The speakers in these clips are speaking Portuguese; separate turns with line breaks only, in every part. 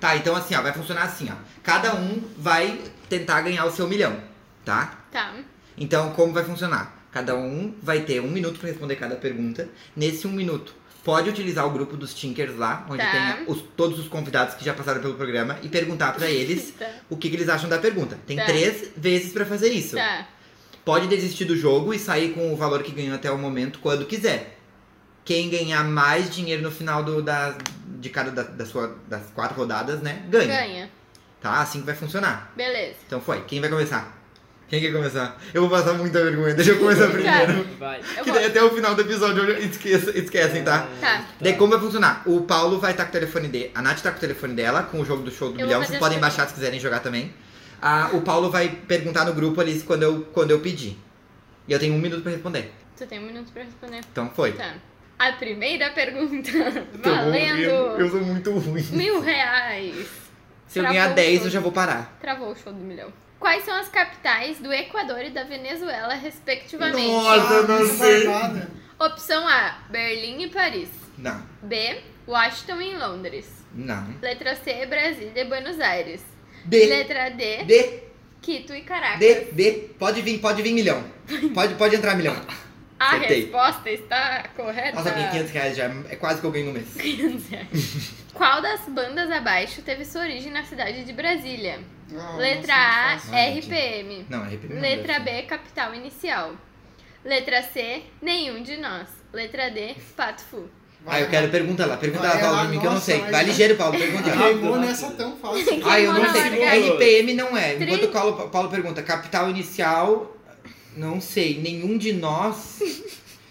Tá, então assim, ó, vai funcionar assim, ó. Cada um vai tentar ganhar o seu milhão, tá?
Tá.
Então, como vai funcionar? Cada um vai ter um minuto pra responder cada pergunta. Nesse um minuto, pode utilizar o grupo dos Tinkers lá, onde
Tá.
tem os- todos os convidados que já passaram pelo programa, e perguntar pra eles
Tá.
o que, que eles acham da pergunta. Tem
Tá.
três vezes pra fazer isso.
Tá.
Pode desistir do jogo e sair com o valor que ganhou até o momento quando quiser. Quem ganhar mais dinheiro no final do, da, de cada da, da sua- das quatro rodadas, né? Ganha.
Ganha.
Tá? Assim que vai funcionar.
Beleza.
Então foi. Quem vai começar? Quem quer começar? Eu vou passar muita vergonha. Deixa eu começar primeiro.
Vai.
É, Eu
Que
vou.
daí até o final do episódio eu já esqueço- esquecem, tá?
Tá.
Daí como vai funcionar? O Paulo vai estar com o telefone dele. A Nath tá com o telefone dela, com o jogo do show do
Eu vou
milhão.
fazer
Vocês
as
podem
perguntas.
baixar se quiserem jogar também. Ah, o Paulo vai perguntar no grupo ali se quando eu, quando eu pedir. E eu tenho um minuto pra responder.
Tu tem um minuto pra responder.
Então foi.
Tá. A primeira pergunta.
Tô horrível, Eu
Valendo
sou muito ruim.
mil reais.
Se eu
Travou
ganhar
o
10, eu
jogo.
já vou parar.
Travou o show do milhão. Quais são as capitais do Equador e da Venezuela, respectivamente?
Nossa, eu não sei.
Ah, nada.
Opção A, Berlim e Paris.
Não,
B, Washington e Londres.
não.
Letra C, Brasília e Buenos Aires.
D,
Letra D,
D.
Quito e Caracas.
D, D, pode vir, pode vir milhão. Pode, pode entrar milhão.
A
Acertei.
resposta está correta.
Nossa, ganhei 500 reais já, é quase que eu ganho no mês.
500 reais. Qual das bandas abaixo teve sua origem na cidade de Brasília?
Ah,
Letra A,
fácil. Ah,
RPM.
Não, é RPM. não
Letra
deve
B, Capital Inicial. Letra C, Nenhum de Nós. Letra D, Pato Fu.
ser. Ah, eu quero pergunta lá, pergunta lá,
Vai
Paulo,
lá,
pra mim que eu não
nossa,
sei.
mas-
Vai ligeiro, Paulo, pergunta né, lá.
Queimou nessa é tão fácil.
Ah, eu é não
Queimou
sei.
na
porque
hora.
RPM não é. Enquanto
Tri-
o Paulo, Paulo pergunta, capital inicial, não sei, nenhum de nós.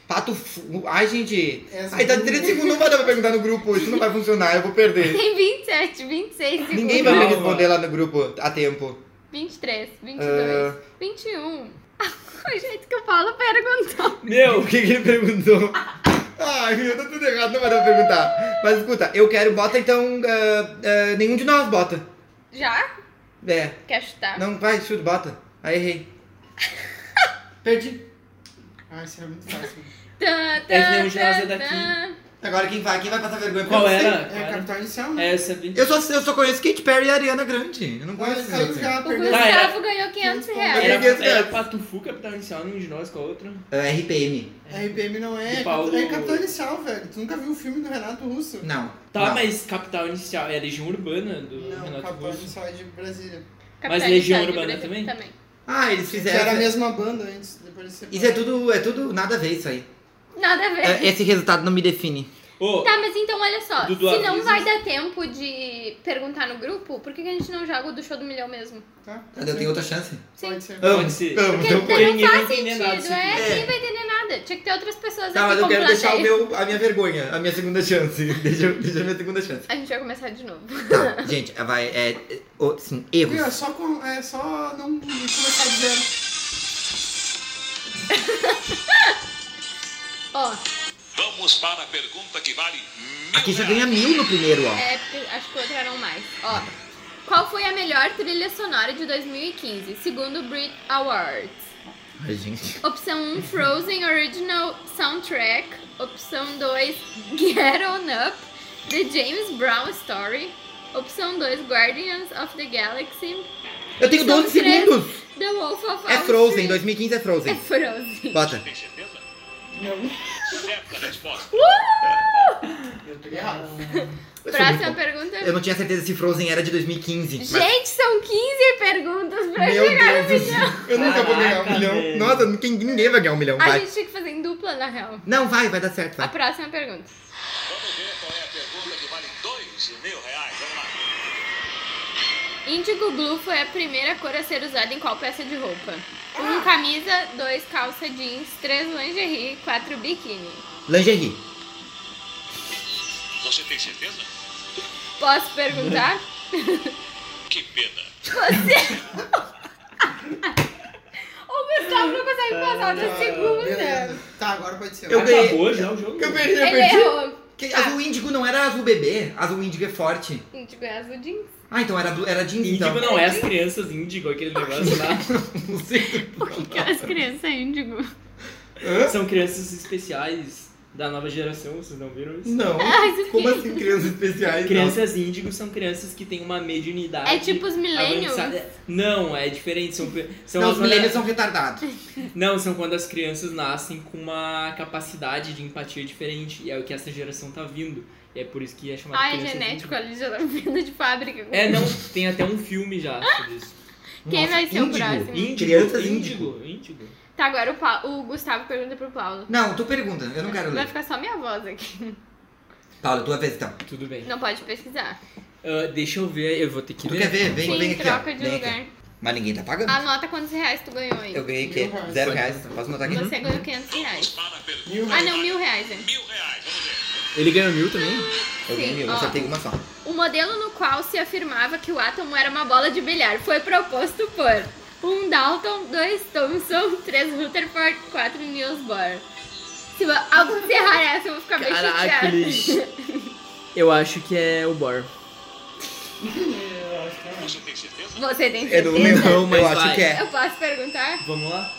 Pato. Fu- Ai, gente.
Essa
Ai, tá
dúvida.
30 segundos, não vai dar pra perguntar no grupo. Isso não vai funcionar, eu vou perder.
Tem 27, 26 segundos.
Ninguém vai me
Calma.
responder lá no grupo a tempo.
23, 22,
Ah.
21. o jeito que o Paulo perguntou.
O
Meu!
que, que ele perguntou? Ai, meu, tá tudo errado, não vai dar pra perguntar. Mas escuta, eu quero, bota então. ah, ah, nenhum de nós bota.
Já?
É.
Quer chutar?
Não, vai, chuta, bota. Aí errei.
Perdi. Ah, isso era muito fácil.
Tã, tã,
Esse nenhum de nós é
tã,
daqui.
tã.
Agora quem vai, quem vai passar vergonha
Qual
eu não sei.
era?
É capital inicial, né?
Essa é
Eu só, eu só conheço Kate Perry e Ariana Grande. Eu não é
Olha,
conheço esses
saiu
outros.
já,
O
perdeu.
Tá,
Gustavo ganhou 500 reais.
Era-
Era,
era
era Patufu, capital inicial, nenhum de nós com a outra.
Ah, RPM.
RPM não é.
E Paulo-
É capital inicial, velho. Tu nunca viu o filme do Renato Russo?
Não.
Tá,
não.
mas capital inicial é a Legião Urbana do
Não,
Renato
capital
Russo.
inicial é de Brasília.
Capitalizado de
Legião
Brasília
Urbana também?
também.
Ah, eles
Que era a
fizeram.
mesma banda antes, depois de ser.
Isso é tudo, é tudo nada a ver isso aí.
Nada a ver.
É, Esse resultado não me define.
Ô,
Tá, mas então olha só,
Dudu,
se não
avisa.
vai dar tempo de perguntar no grupo, por que, que a gente não joga o do show do milhão mesmo?
Tá?
Eu tenho outra chance?
Sim.
Pode ser.
pode ser.
amo,
Porque
então
não
foi.
faz
ninguém vai entender
sentido,
nada disso
é,
aqui.
É.
ninguém vai entender nada. Tinha que ter outras pessoas
Tá,
aqui
mas eu
como
quero
plateia.
deixar o meu, a minha vergonha, a minha segunda chance. Deixa, eu- deixa a minha segunda chance.
A gente vai começar de novo.
Tá, gente, vai. É, é, o- sim, erros.
Viu? É só, com, é só não não começar de zero.
Ó,
Vamos para a pergunta que vale mil
Aqui já
reais.
ganha mil no primeiro, ó.
é porque acho que outra eram mais. Ó, qual foi a melhor trilha sonora de 2015, segundo o Brit Awards?
Ai, gente.
Opção 1, Frozen Original Soundtrack. Opção 2, Get On Up, The James Brown Story. Opção 2, Guardians of the Galaxy.
Eu tenho
São
12
três.
segundos!
The Wolf of
É
Wall
Frozen,
Street.
2015 é
É
Frozen.
Frozen.
Bota.
Tem certeza?
Não.
Certa resposta.
Eu tô
errado.
Próxima pergunta.
Eu não tinha certeza se Frozen era de 2015. mas-
Gente, são 15 perguntas pra
Meu
chegar no
Deus do
final.
céu. Eu nunca vou ganhar um
Caraca,
milhão.
velho.
Nossa, ninguém, ninguém vai ganhar um milhão,
A
vai.
gente tinha que fazer em dupla, na real.
Não, vai, vai dar certo,
A
vai.
próxima pergunta.
Vamos ver qual é a pergunta que vale dois mil reais. Vamos lá.
Índigo Blue foi a primeira cor a ser usada em qual peça de roupa? 1. Um, camisa. 2. Calça jeans. 3. Lingerie. 4. Biquíni.
Lingerie.
Você tem certeza?
Posso perguntar?
Que pena.
O Gustavo não
Ah,
consegue passar da segunda.
Beleza. Tá, agora pode ser.
Eu ganhei.
Acabou já o jogo?
Eu perdi, eu
Ele
perdi.
errou.
Que azul índigo não era azul bebê, azul índigo é forte.
Índigo é azul jeans.
Ah, então era, do- era de
Índigo é
então. Ah,
não é as crianças índigo, aquele negócio lá.
Não sei.
O que, que é as crianças índigo?
São crianças especiais da nova geração, vocês não viram isso?
Não.
Ai,
Como assim, crianças especiais?
Crianças índigo são crianças que têm uma mediunidade.
É tipo os millennials.
avançada. Não, é diferente. São, pe-
Não,
são né?
não
as-
os milênios são retardados.
Não, são quando as crianças nascem com uma capacidade de empatia diferente. E é o que essa geração tá vindo. E é por isso que é chamado
Ai,
crianças
Ah, genético
índigo.
ali já tá vindo de fábrica.
É, não, tem até um filme já sobre isso.
Quem
Nossa,
vai ser o
índigo.
próximo?
Índigo,
Crianças
índigo, índigo.
Tá, agora o, Pa- o Gustavo pergunta pro Paulo.
Não, tu pergunta, eu não quero
Vai
ler.
ficar só minha voz aqui.
Paulo, tua vez então.
Tudo bem.
Não pode pesquisar.
Ah, deixa eu ver, eu vou ter que
Tu
ler.
quer ver? Vem,
Sim,
vem aqui. ó.
troca de
Vem aqui.
lugar. Ah,
Mas ninguém tá pagando.
Anota quantos reais tu ganhou aí.
Eu ganhei o quê?
Mil reais.
Zero reais. Posso botar aqui?
Você ganhou 500 reais.
Vamos lá na pergunta.
Mil
Ah,
reais.
não, mil reais. é.
Mil reais, vamos ver.
Ele ganhou mil também?
Eu ganhei
Sim,
mil,
ó.
eu acertei uma só.
O um modelo no qual se afirmava que o átomo era uma bola de bilhar foi proposto por um Dalton, dois Thomson, três Rutherford, quatro Niels Bohr. Se vo- alguém encerrar essa, eu vou ficar bem
Caraca,
chateada.
eles- Eu acho que é o Bor.
Eu acho que é.
Você tem certeza?
Você tem
É do
certeza?
meu,
mas
eu acho
vai.
que é.
Eu posso perguntar?
Vamos lá?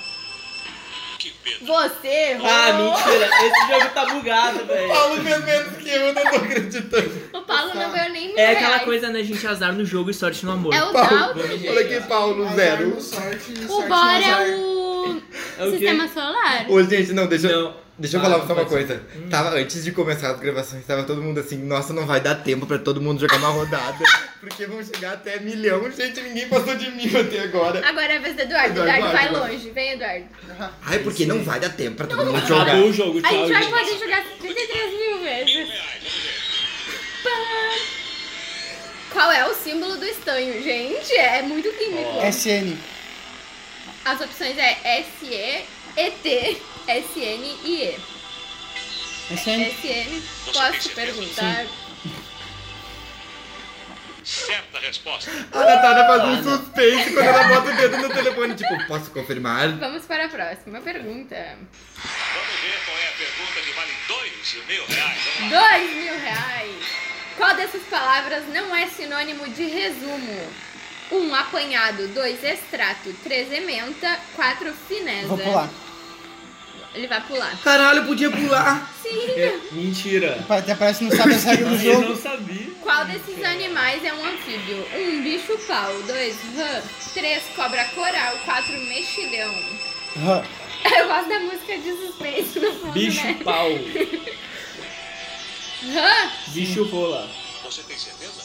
Que pena.
Você errou.
Ah, mentira! Esse jogo tá bugado, velho.
Paulo fez menos que eu, não tô acreditando.
O Paulo não ganhou nem mil
É aquela
reais.
coisa, né? gente azar no jogo e sorte no amor.
É o
Paulo.
Dalton.
Olha aqui, Paulo,
Azar
zero.
no sorte e
O
sorte no
Bohr
azar.
é o
É o quê?
sistema solar.
Ô, gente, não, deixa eu.
Não.
Deixa eu
Ah,
falar
não
só uma
pode ser.
coisa. Tava, antes de começar as gravações, tava todo mundo assim, nossa, não vai dar tempo pra todo mundo jogar uma rodada. porque vão chegar até milhão, gente, ninguém passou de mil até agora.
Agora é a vez do Eduardo.
Eduardo,
Eduardo vai
vai, vai.
longe. Vem, Eduardo.
Ai, porque não vai dar tempo pra todo mundo jogar.
Acabou o jogo,
A
tchau,
gente vai
gente.
poder jogar 33 mil
Mil
vezes.
reais, vamos ver.
Qual é o símbolo do estanho, gente? É muito químico.
SN.
As opções é SE, ET, SN e E.
SN.
SN, posso perguntar?
Certa resposta.
A Natália faz um suspense quando ela bota o dedo no telefone, tipo, posso confirmar?
Vamos para a próxima pergunta.
Vamos ver qual é a pergunta que vale dois mil reais. Vamos lá.
Dois mil reais. Qual dessas palavras não é sinônimo de resumo? Um apanhado, dois extrato, três ementa, quatro finesa.
Vou pular.
Ele vai pular.
Caralho, podia pular.
Sim.
É, Mentira.
Até parece que não sabe as regras do
Eu
jogo.
não sabia.
Qual desses animais é um anfíbio? Um bicho-pau, dois rã, três cobra-coral, quatro mexilhão.
Hã.
Eu gosto da música de suspense no fundo, né?
Bicho pau.
Rã,
Bicho rola.
Você tem certeza?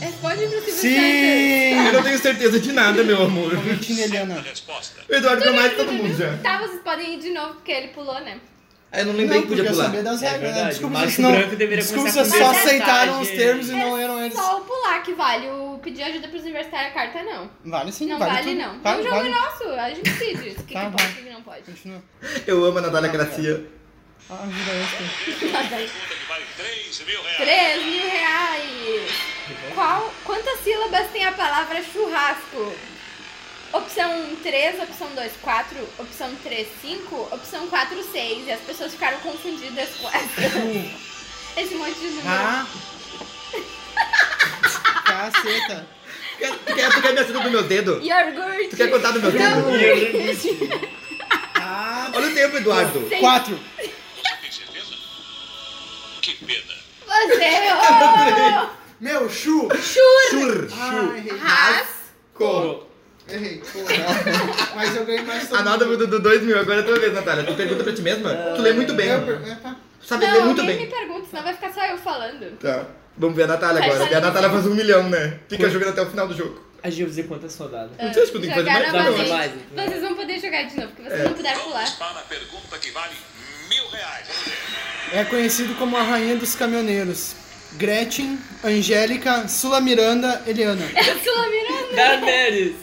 responde pro Silvio
Eu
Sim!
não tenho certeza de nada, meu amor.
Valentina
Certa
Helena.
resposta.
O Eduardo ganhou mais que todo mundo já.
Santos. Tá, vocês podem ir de novo, porque ele pulou, né?
Ah, eu não lembrei
Não,
que
porque
podia
eu
pular.
sabia das
É
regras. né?
verdade,
Desculpa,
o Marco
vocês não.
Branco deveria
Desculpa,
começar
vocês
com
só
vantagem.
aceitaram os termos e não leram eles.
É Só o pular que vale, o pedir ajuda pros universitários, a carta não.
Vale sim,
Não
vale.
vale,
tudo.
não.
Vale,
é um jogo
vale.
nosso, a gente decide o que,
Tá,
que
bom.
pode e o que não pode.
Continua.
Eu amo a Natália Gracia.
Ah, ajuda extra.
Pergunta que vale três mil reais.
3 mil reais. Qual, quantas sílabas tem a palavra churrasco? Opção 1, 3, opção 2, 4, opção 3, 5, opção 4, 6. E as pessoas ficaram confundidas com essa- esse monte de número.
Ah. Caceta.
Tu quer, tu quer, tu quer me acertar do meu dedo?
Iogurte.
Tu quer contar do meu dedo?
Ah.
Olha o tempo, Eduardo.
Quatro.
Você tem certeza? Que pena.
Você errou!
Meu, chu.
Chur.
Ah, errei.
Ras.
Coro.
Errei. Porra. Mas eu ganhei mais todo
Anota
mundo.
do, do 2000, agora é tua vez, Natália. Tu pergunta pra ti mesma? Tu lê muito bem.
Eu per- é, tá.
Tu sabe ler
Não,
muito
alguém me
bem.
pergunta, senão vai ficar só eu falando.
Tá. Vamos ver a Natália
Faz
agora.
só
E a
isso.
Natália faz um milhão, né? Fica
Foi.
jogando até o final do jogo.
A gente vai fazer quantas rodadas?
Não sei, acho que eu tenho que fazer
Jogaram
Tá. mais- É.
a
não,
vez.
mais, então.
Vocês vão poder jogar de novo, porque vocês não puderam pular.
Vamos para a pergunta que vale mil reais. Vamos ver.
É conhecido como a rainha dos caminhoneiros. Gretchen, Angélica, Sula Miranda, Eliana.
Eu sou a Miranda.
Daenerys.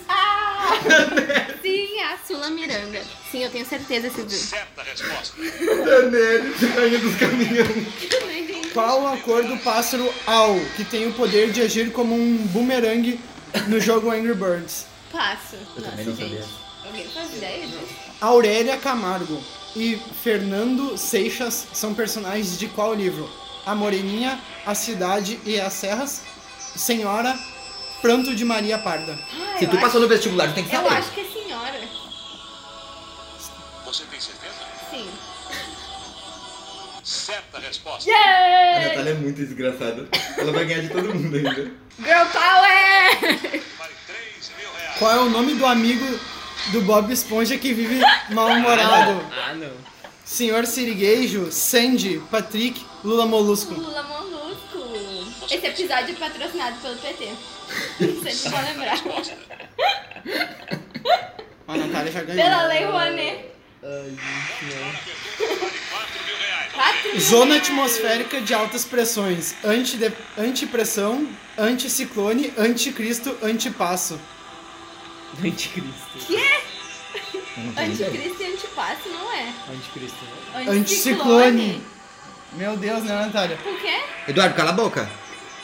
Sim, a Sula Miranda. Sim, eu tenho certeza, Silvio.
Certa resposta.
Daniel, rainha tá dos caminhões.
Qual a cor do pássaro Owl, que tem o poder de agir como um bumerangue no jogo Angry Birds?
Passo.
Eu também não sabia.
Alguém faz ideia né? disso?
Aurélia Camargo e Fernando Seixas são personagens de qual livro? a Moreninha, a Cidade e as Serras. Senhora, Pranto de Maria Parda.
Ah,
Se
eu
tu
acho-
passou no vestibular, tu tem que
Eu
saber.
acho que é senhora.
Você tem certeza?
Sim.
Certa resposta.
A
Yeah!
Natália é muito desgraçada. Ela vai ganhar de todo mundo ainda.
Girl Power!
Vale 3 mil reais.
Qual é o nome do amigo do Bob Esponja que vive mal-humorado?
Ah, não.
Senhor Sirigueijo, Sandy, Patrick, Lula Molusco.
Lula Molusco. Esse episódio é patrocinado pelo PT. Sempre vou lembrar.
A Natália já ganhou.
Pela Lei Rouanet.
Ai, gente, não.
Agora a pergunta vale 4 mil reais.
Quatro
Zona
reais.
atmosférica de altas pressões. Antide- Antipressão, anticiclone, anticristo, antipasso.
Anticristo.
Eu não tenho ideia.
Anticristo e antipasso, não é?
Anticristo. né?
Anticiclone. Meu Deus, né, Natália?
Por quê?
Eduardo, cala a boca.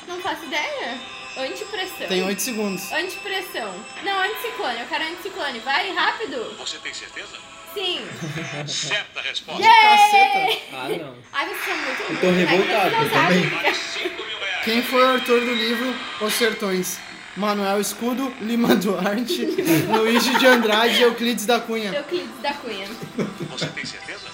Não faço ideia. Antipressão.
Tem 8 segundos.
Antipressão. Não, anticiclone. Eu quero anticiclone. Vai, rápido.
Você tem certeza?
Sim.
Certa resposta.
Caceta.
Ah, não.
Ai, vocês são muito
tô
ruins, né?
revoltado,
Vocês não
eu
sabem.
Vale 5 mil reais.
Quem foi o autor do livro Os Sertões? Manuel Escudo, Lima Duarte, Luigi de Andrade e Euclides da Cunha.
é. Euclides da Cunha.
Você tem certeza?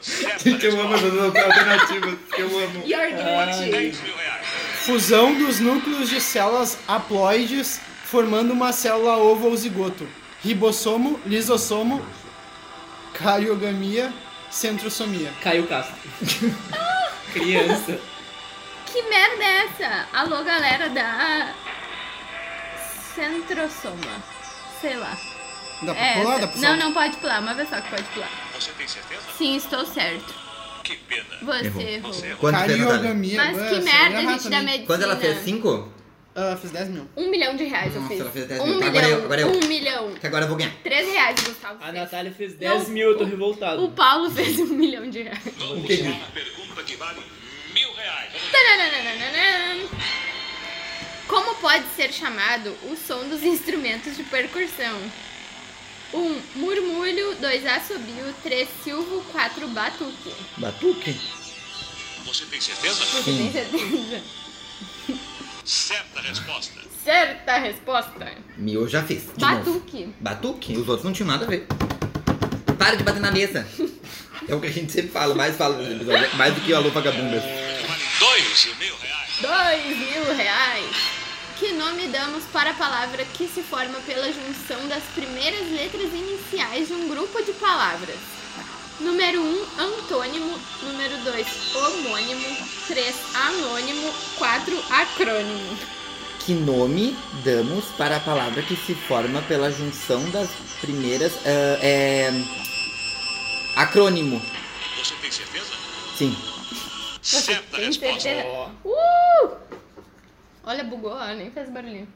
Certa
Que eu amo
resposta.
essas alternativas. Que eu amo.
You're guilty.
10 mil reais.
Fusão dos núcleos de células haploides formando uma célula ovo ou zigoto. Ribossomo, lisossomo, cariogamia, centrosomia.
Caio Castro. Criança.
Que merda é essa? Alô, galera da Centrosoma. Sei lá.
Dá pra
É,
pular?
essa-
Dá pra
não,
pular?
não pode pular. Uma vez só que pode pular.
Você tem certeza?
Sim, estou certo.
Que pena.
Você
Errou.
errou.
Você errou.
Quanto é fez, Natália?
Cariogamia.
Mas
bah,
que
essa
merda,
aí é
gente
rata,
da
né?
medicina.
Quando ela fez 5?
Ah, fiz 10 mil.
Um milhão de reais eu
Nossa,
fiz.
ela fez 10
um
mil. Tá,
milhão,
agora eu, agora eu.
um milhão.
Que agora eu vou ganhar.
Três reais, Gustavo.
A
fez.
Natália fez 10
Não,
mil, eu tô
o-
revoltado.
O Paulo fez um milhão de reais.
Vamos
que
lá na pergunta que vale mil reais. Vamos ver.
Tananana. Como pode ser chamado o som dos instrumentos de percussão? 1. Um, murmúrio, 2. Assobio, 3. Silvo, 4. Batuque.
Batuque?
Você tem certeza?
Você tem certeza?
Certa resposta.
Certa resposta.
Mio eu já fiz. De novo.
Batuque.
Batuque? Os outros não tinham nada a ver. Para de bater na mesa. É o que a gente sempre fala, mais fala nos episódios, mais do que o Alô Vagabundas.
Vale 2 mil reais.
Dois mil reais. Que nome damos para a palavra que se forma pela junção das primeiras letras iniciais de um grupo de palavras? Número 1, um, antônimo. Número 2, homônimo. 3, anônimo. 4, acrônimo.
Que nome damos para a palavra que se forma pela junção das primeiras. ah, é. Acrônimo.
Você tem certeza?
Sim.
Certa
tem
resposta.
certeza? Uh!
Ó.
Olha, bugou, ó, nem fez barulhinho.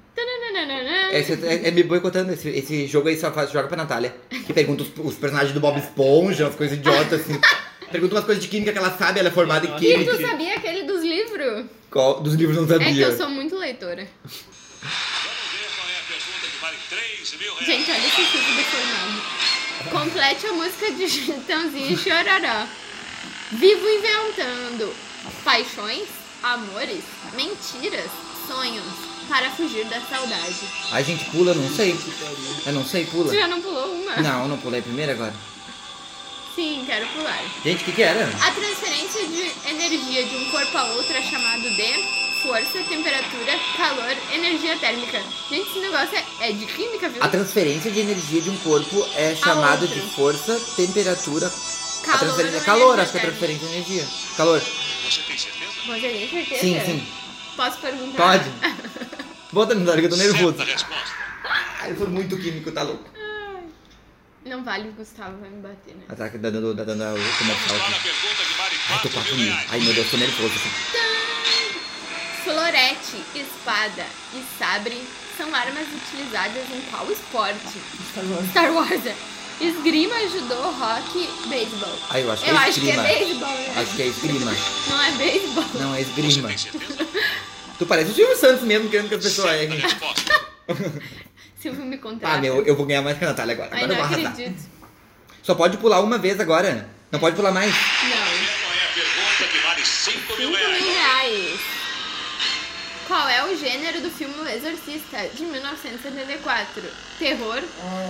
Esse, é, é me boicotando. Esse, esse jogo aí só faz, joga pra Natália. Que pergunta os, os personagens do Bob Esponja, umas coisas idiotas assim. Pergunta umas coisas de química que ela sabe, ela é formada em
E
E tu
química.
sabia aquele dos livros?
Qual- Dos livros não
É que
sabia.
eu sou muito leitora.
Vamos ver qual é a pergunta que vale 3 mil reais.
Gente, olha esse tipo deformado. Complete a música de Chitãozinho e Chororó. Vivo inventando paixões, amores, mentiras, sonhos para fugir da saudade.
A gente pula, não sei. Eu não sei, pula.
Tu já não pulou uma?
Não, eu não pulei primeiro agora.
Sim, quero pular.
Gente, o que, que era?
A transferência de energia de um corpo a outro é chamado de força, temperatura, calor, energia térmica. Gente, esse negócio é, é de química, viu?
A transferência de energia de um corpo é chamado de
outra.
força, temperatura. a transferência
ou
é calor,
né? energia
acho que é
térmica.
transferência de energia. Calor.
Você tem certeza?
Você tem certeza?
Sim, sim.
Posso perguntar?
Pode. Bota no que eu tô nervoso.
Certa resposta.
Ah, eu sou muito químico, tá louco.
Não vale, o Gustavo vai me bater, né?
Ataque da dando, da dando,
Vamos lá na pergunta que vale
Ai, tô
4
quatro
mil
mil.
reais.
Ai, meu Deus, tô nervoso.
Florete, espada e sabre são armas utilizadas em qual esporte? Star Wars. Esgrima, judô, rock, beisebol.
Ai, eu acho que
Eu
é
acho que é
esgrima.
beisebol, né?
Acho que é esgrima.
Não é beisebol.
Não, é
Você
esgrima.
tem certeza?
Tu parece o Silvio Santos mesmo, querendo que a pessoa
Certa
erre.
resposta.
Silvio me contrata.
Ah, meu, eu vou ganhar mais que a Natália agora.
Ai,
Agora eu
não
vou arrasar.
acredito.
Só pode pular uma vez agora. Não pode pular mais.
Não.
Qual é a pergunta que vale 5 mil
Cinco
reais?
Qual é o gênero do filme O Exorcista, de 1974? Terror,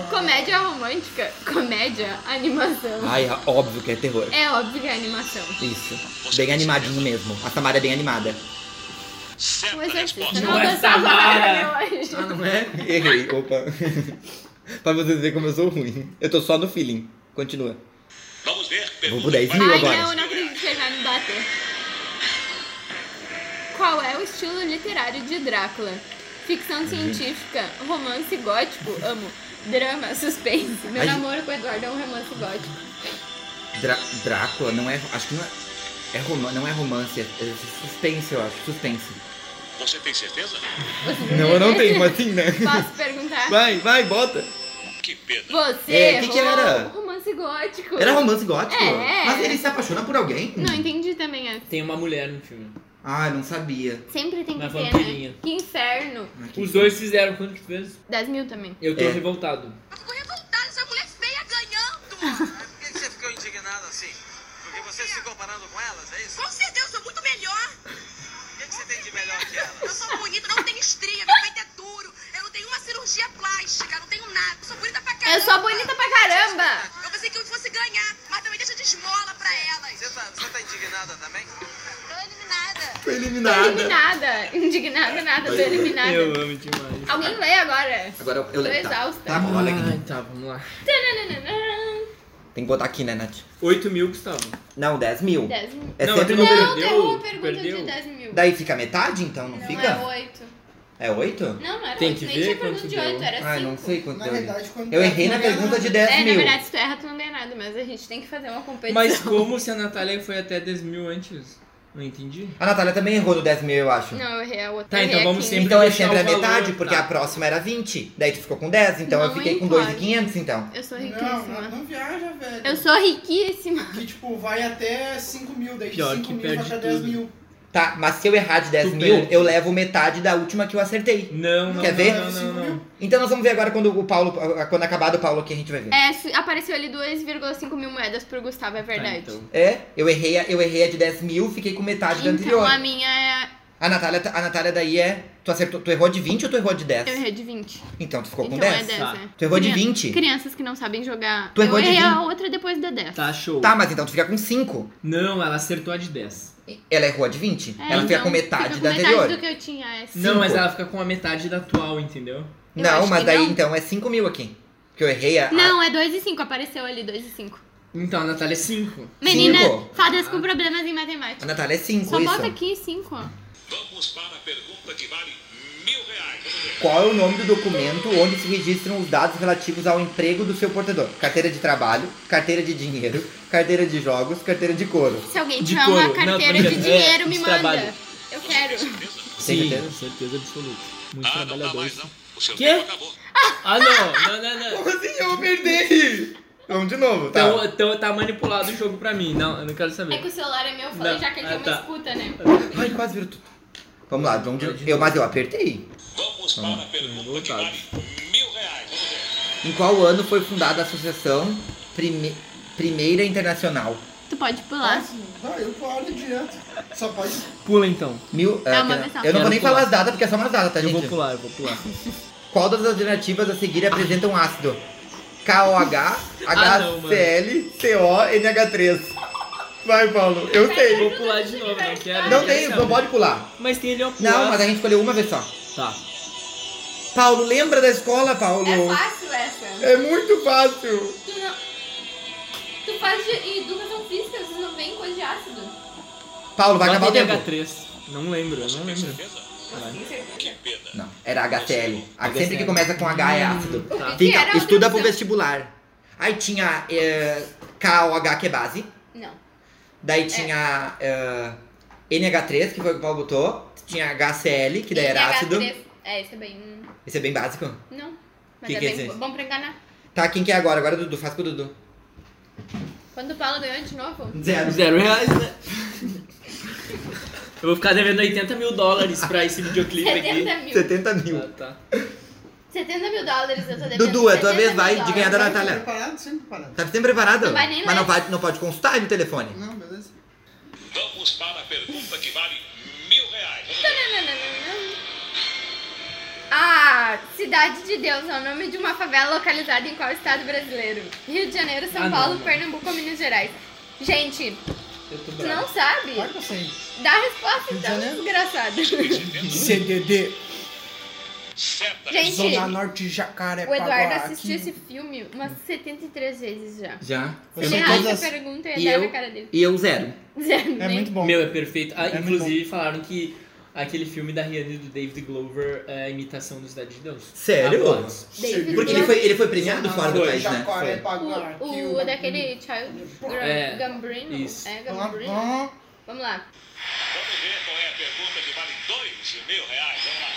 comédia romântica, comédia, animação.
Ai, é óbvio que é terror.
É óbvio que é animação.
Isso. Bem animadinho mesmo. A Samara é bem animada.
Certa
O
resposta.
Exorcista.
Não é
da Samara,
Samara.
meu anjo.
Ah, não é? Errei, opa. pra vocês verem como eu sou ruim. Eu tô só no feeling. Continua.
Vamos ver.
Vou
pergunta
por 10
para-
mil
Ai,
agora.
não, não acredito que ele vai me bater. Qual é o estilo literário de Drácula?
Uhum.
Ficção científica, romance gótico, amo. Drama, suspense. Meu
Ai.
namoro com o Eduardo é um romance gótico.
Drá- Drácula não é. Acho que não é. É roma- não é romance, é é suspense, eu acho. Suspense.
Você tem certeza?
Não, eu não tenho, mas sim, né?
Posso perguntar?
Vai, vai, bota.
Que pena.
Você
É, que que
errou. um
era?
romance gótico.
Era romance gótico?
É.
Mas ele se apaixona por alguém?
Não entendi também essa.
Tem uma mulher no filme.
Ah, eu não sabia.
Sempre tem
Uma
que ter,
vampirinha.
né? Que inferno.
Ah, que
Os
bom.
dois fizeram quanto que tu fez?
10 mil também.
Eu tô
É.
revoltado.
Por que que você ficou indignado assim? Porque você se comparando com elas, é isso?
Com certeza, eu sou muito melhor.
O que, que você tem de melhor que
Eu
elas?
sou bonita, não tenho estria, meu peito é duro. Eu não tenho uma cirurgia plástica, não tenho nada. Eu sou bonita pra caramba.
Eu sou bonita pra caramba.
Eu pensei que eu fosse ganhar, mas também deixa de esmola pra elas.
Você tá, você tá indignada também?
Tô eliminada.
Foi
Tô
eliminada.
eliminada. Indignada nada, tô
Ah,
eliminada.
Eu amo demais.
Alguém lê agora.
Agora eu, eu
Tô
levo. Tá,
exausta.
tá bom, olha aqui.
Ai, tá, vamos lá.
Tem que botar aqui, né, Nath?
8 mil, Gustavo.
Não, 10 mil.
10 mil.
É
Não,
sempre
eu
no
tenho-
número.
Não,
Perdeu?
derruba a pergunta de
Perdeu?
10 mil.
Daí fica metade, então? Não,
não é
fica?
8.
É 8?
Não, não era
Tem
8.
que
Nem
ver
tinha
quanto
pergunta de
deu.
8, era 5.
Ah, eu não sei quanto
Na
eu
verdade, quando
Eu
tá
errei na
tudo errado,
pergunta de
né?
10
É, na
mil.
verdade, se tu erra, tu não ganha nada, mas a gente tem que fazer uma competição.
Mas como se a Natália foi até 10 mil antes? Não entendi.
A Natália também errou no 10 mil, eu acho.
Não, eu errei a outra.
Tá,
eu
então
errei a
vamos
15.
sempre-
Então é
deixar
sempre
o
a
valor,
metade, porque
tá.
a próxima era 20. Daí tu ficou com 10, então eu
Não é.
fiquei com
importa.
2,500, então.
Eu sou
Não, é não,
riquíssima.
não viaja, velho.
né? Eu sou riquíssima.
Que tipo, vai até 5 mil, daí de
Pior
5
que
mil vai
perde
pra 10
tudo.
mil.
Tá, mas se eu errar de 10
Tu
mil,
perde.
eu levo metade da última que eu acertei.
Não, não,
Quer
não,
ver?
não, não, não.
Então nós vamos ver agora quando o Paulo. Quando acabar do Paulo aqui, a gente vai ver.
É, su- apareceu ali 2,5 mil moedas pro Gustavo, é verdade.
Tá, então.
É, eu errei, a- eu errei a de 10 mil, fiquei com metade da
Então,
anterior.
a minha é.
A Natália, tá- a Natália daí é. Tu acertou, tu errou de 20 ou tu errou de 10?
Eu errei de 20.
Então tu ficou
então
com 10.
é 10,
Tá.
né?
Tu errou de
Crian-
20.
Crianças que não sabem jogar.
Tu errou
eu
de
errei a
20.
outra depois da 10.
Tá, show.
Tá, mas então tu fica com 5.
Não, ela acertou a de 10.
Ela errou a de 20.
É,
ela fica
então,
com metade
fica com
da
metade
anterior.
do que eu tinha. É sim.
Não,
Cinco.
mas ela fica com a metade da atual, entendeu?
Eu
Não,
acho
mas
que
daí
não.
então é 5 mil aqui. Porque eu errei a. a-
Não, é 2 e 5. Apareceu ali 2 e 5.
Então a Natália é 5.
Menina,
Cinco.
fadas com
Ah.
problemas em
A
matemática.
Natália é 5,
Só
isso.
bota aqui 5.
Vamos para a pergunta que vale mil reais. Vamos ver.
Qual é o nome do documento onde se registram os dados relativos ao emprego do seu portador? Carteira de trabalho, carteira de dinheiro, carteira de jogos, carteira de couro.
Se alguém
De
tiver uma
couro. Não,
carteira
tô
de
brincando.
dinheiro,
É,
me
de
manda.
trabalho.
Eu quero.
Tem
Sim,
certeza?
certeza absoluta. Muito
Ah, não dá
trabalhador.
mais não. O seu
Quê?
tempo acabou.
Ah, não, não, não, não.
assim? Eu vou perder! Vamos de novo, tá?
Então, então tá manipulado o jogo pra mim. Não, eu não quero
É que
saber.
o celular é meu, eu falei
Não,
já que ele
ah,
é uma
tá.
escuta, né?
Ai, quase virou tudo. Vamos lá, vamos de... eu, mas eu apertei. Tá
Vamos para a pergunta que
voltado.
vale mil reais. Vamos ver.
Em qual ano foi fundada a Associação Prime- Primeira Internacional?
Tu pode pular.
Nossa, não, eu paro direto. Só pode.
Pula então.
Mil...
Dá uma
ah,
vez só.
eu não vou
Quero
nem
pular.
falar as datas, porque é só umas datas, tá,
Eu
gente?
vou pular, eu vou pular.
Qual das alternativas a seguir apresentam ácido? KOH,
Ah, não, mano.
HCl, CO, NH3. Vai, Paulo, eu
Eu
sei.
vou pular
é
de novo, não quero.
Não
quero
tem,
saber.
não pode pular.
Mas tem ele ao pular.
Não, mas a gente escolheu uma vez só.
Tá.
Paulo, lembra da escola, Paulo?
É fácil essa.
É muito fácil.
Tu não. Tu faz de educação física, vocês não veem coisa de ácido.
Paulo, vai acabar o
Bota
tempo.
NH3. Não lembro,
Tá
eu não
né?
Tem
lembro.
certeza?
Caralho.
Que pena.
Não, era HCl. A que Sempre
HCl.
que começa com H é ácido.
O
Tá.
Hum. que que era a
estuda
outra
pro
opção?
vestibular. Aí tinha eh, KOH, que é base.
Não.
Daí tinha eh, NH3, que foi o que o Paulo botou. Tinha HCl, que daí era ácido.
NH3. É, isso é bem. hum,
Esse é bem básico.
Não. Mas
Que
é
que é
bem
esse?
bom pra enganar.
Tá, quem que é agora? Agora é o Dudu, faz com o Dudu.
Quando o Paulo ganhou de novo.
Zero.
Zero reais, né? Eu vou ficar devendo 80 mil dólares pra esse videoclipe aqui.
70 mil.
70 mil.
Tá, tá.
70 mil dólares eu tô devendo.
Dudu, é tua
70
vez,
mil
vai, de
dólares.
ganhar da
Tá
Natália.
preparado? Sempre preparado.
Tá sempre preparado?
Não vai nem
Mas não
ler.
pode, não pode consultar aí no telefone.
Não, beleza.
Vamos para a pergunta que vale mil reais. Vamos ver.
Não, não, não, não, não. Ah, Cidade de Deus é o nome de uma favela localizada em qual estado brasileiro? Rio de Janeiro, São
Ah, não,
Paulo,
não.
Pernambuco ou Minas Gerais? Gente,
Eu tô
tu não
bravo.
sabe?
Claro que eu sei.
Dá a resposta
Rio de
então,
Janeiro.
desgraçado.
CDD,
Seta.
Gente,
Zona Norte Jacaré.
o Eduardo assistiu esse filme umas 73 vezes já.
Já.
Eu
Se
sei
ele
todas
acha a
as-
pergunta,
E
ele dá
eu-
na cara dele.
E eu zero.
Dizendo, né?
É muito bom.
Meu, é perfeito. Ah,
É muito
inclusive falaram que aquele filme da Rihanna e do David Glover é a imitação do Cidade de Deus. Tá
Sério?
Aplausos.
David
Porque ele
Glover.
foi, ele foi premiado
Zona
fora do
Norte
país, né?
Jacaré,
Foi.
Paguá,
O, o
Quilba,
daquele Child
É,
Gambrino.
isso.
É,
Ah,
Gambrino.
ah,
Vamos lá.
Vamos ver qual é a pergunta que vale dois mil reais. Vamos lá.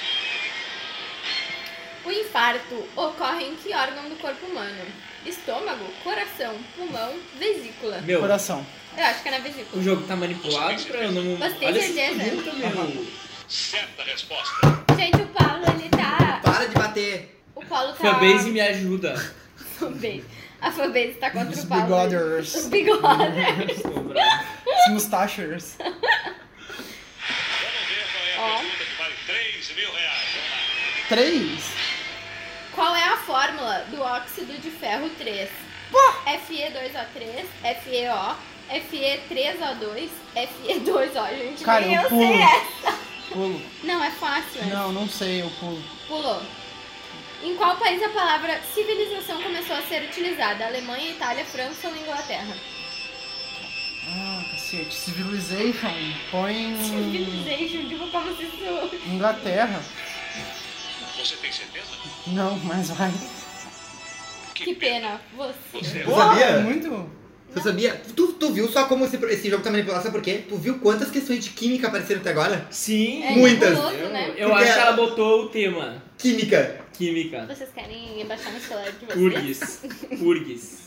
O infarto ocorre em que órgão do corpo humano? Estômago, coração, pulmão, vesícula.
Meu,
Coração.
Eu acho que é na
o
vesícula.
jogo tá manipulado pra eu não.
Mas tem
Olha essa
certeza?
pergunta, meu.
Certa resposta.
Gente, o Paulo, ele tá...
Para de bater.
O Paulo tá...
Fanbase me ajuda.
Fanbase. A fanbase tá contra
Os
o Paulo.
bigoders.
Os bigoders.
Estou bravo.
Os mustachers.
Vamos ver qual é a
Ó.
pergunta que vale três mil reais. Vamos lá.
Três.
Qual é a fórmula do óxido de ferro 3? Fe2O3, FeO, Fe3O2, Fe2O. Gente,
Cara,
nem
eu
eu
pulo.
sei é essa.
Pulo.
Não, é fácil. né?
Não, não sei, eu pulo.
Pulou. Em qual país a palavra civilização começou a ser utilizada? Alemanha, Itália, França ou Inglaterra?
Ah, cacete. Civilization. Põe em
Civilization, tipo como se isso...
Inglaterra.
Você tem certeza?
Não, mas vai.
Que pena, você.
Tu
Você
sabia?
Porra, É muito.
Tu sabia? Tu, tu viu só como esse, esse jogo tá manipulado? Sabe por quê? Tu viu quantas questões de química apareceram até agora?
Sim.
É
Muitas.
Louco, né?
Eu
Porque
acho que
ela-
ela botou o tema.
Química.
Química.
Vocês querem abaixar no celular de vocês?
Urgues. Urgues.